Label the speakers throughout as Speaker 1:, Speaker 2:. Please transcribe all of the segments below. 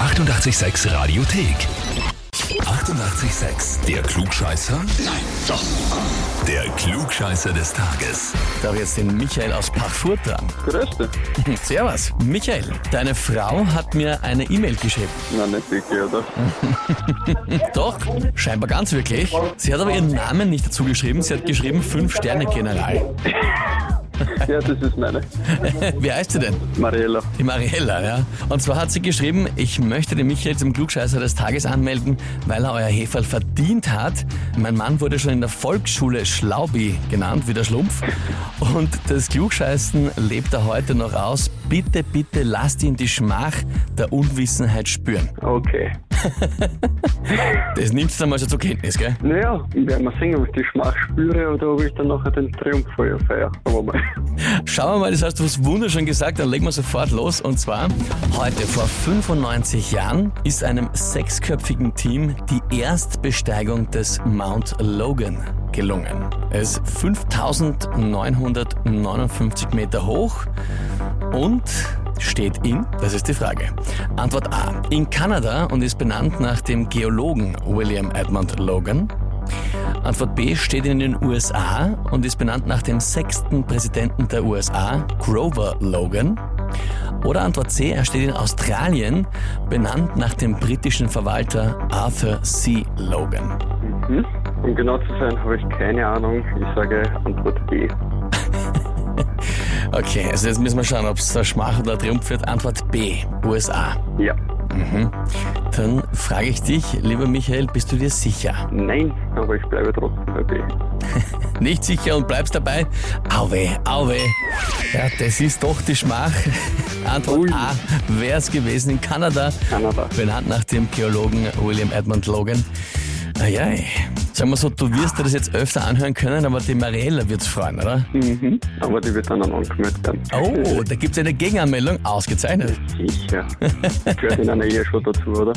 Speaker 1: 886 Radiothek. 88,6. Der Klugscheißer? Nein, doch. Der Klugscheißer des Tages.
Speaker 2: Da habe ich jetzt den Michael aus Pachfurt dran.
Speaker 3: Größte?
Speaker 2: Servus. Michael, deine Frau hat mir eine E-Mail geschrieben.
Speaker 3: Nein, nicht wirklich, oder?
Speaker 2: Doch, scheinbar ganz wirklich. Sie hat aber ihren Namen nicht dazu geschrieben. Sie hat geschrieben Fünf-Sterne-General.
Speaker 3: Ja, das ist meine.
Speaker 2: Wie heißt sie denn?
Speaker 3: Mariella.
Speaker 2: Die Mariella, ja. Und zwar hat sie geschrieben, ich möchte den Michael zum Klugscheißer des Tages anmelden, weil er euer Heferl verdient hat. Mein Mann wurde schon in der Volksschule Schlaubi genannt, wie der Schlumpf. Und das Klugscheißen lebt er heute noch aus. Bitte, bitte lasst ihn die Schmach der Unwissenheit spüren.
Speaker 3: Okay.
Speaker 2: Das nimmst du einmal so zur Kenntnis, gell?
Speaker 3: Naja, werden wir sehen, ob ich die Schmach spüre oder ob ich dann nachher den Triumph feier. feier. Aber mal.
Speaker 2: Schauen wir mal, das hast du was wunderschön gesagt, dann legen wir sofort los. Und zwar, heute vor 95 Jahren ist einem sechsköpfigen Team die Erstbesteigung des Mount Logan gelungen. Es ist 5959 Meter hoch und steht in? Das ist die Frage. Antwort A. In Kanada und ist benannt nach dem Geologen William Edmund Logan. Antwort B steht in den USA und ist benannt nach dem sechsten Präsidenten der USA, Grover Logan. Oder Antwort C, er steht in Australien, benannt nach dem britischen Verwalter Arthur C. Logan.
Speaker 3: Hm? Um genau zu sein, habe ich keine Ahnung. Ich sage Antwort B.
Speaker 2: Okay, also jetzt müssen wir schauen, ob es der Schmach oder der Triumph wird. Antwort B, USA.
Speaker 3: Ja.
Speaker 2: Dann frage ich dich, lieber Michael, bist du dir sicher?
Speaker 3: Nein, aber ich bleibe trotzdem bei B.
Speaker 2: Nicht sicher und bleibst dabei? Auwe, auwe. Ja, das ist doch die Schmach. Antwort
Speaker 3: Ui.
Speaker 2: A wäre es gewesen in Kanada.
Speaker 3: Kanada.
Speaker 2: benannt nach dem Geologen William Edmund Logan. Ja, sagen wir so, du wirst dir das jetzt öfter anhören können, aber die Mariella wird's freuen, oder?
Speaker 3: Mhm. Aber die wird dann auch angemeldet werden.
Speaker 2: Oh, da gibt's eine Gegenanmeldung, ausgezeichnet.
Speaker 3: Sicher. Gehört in einer Ehe schon dazu, oder?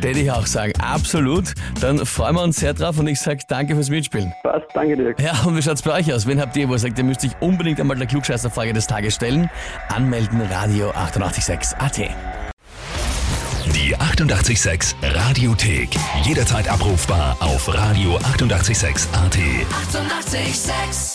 Speaker 2: Hätte ich auch sagen, absolut. Dann freuen wir uns sehr drauf und ich sag danke fürs Mitspielen.
Speaker 3: Passt, danke dir.
Speaker 2: Ja, und wie schaut's bei euch aus? Wen habt ihr, wo ihr sagt, ihr müsst euch unbedingt einmal der Klugscheißerfrage des Tages stellen? Anmelden, Radio 886 AT.
Speaker 1: Die 88,6 Radiothek. Jederzeit abrufbar auf radio886.at. 88,6.
Speaker 4: Eighty-eight, sex.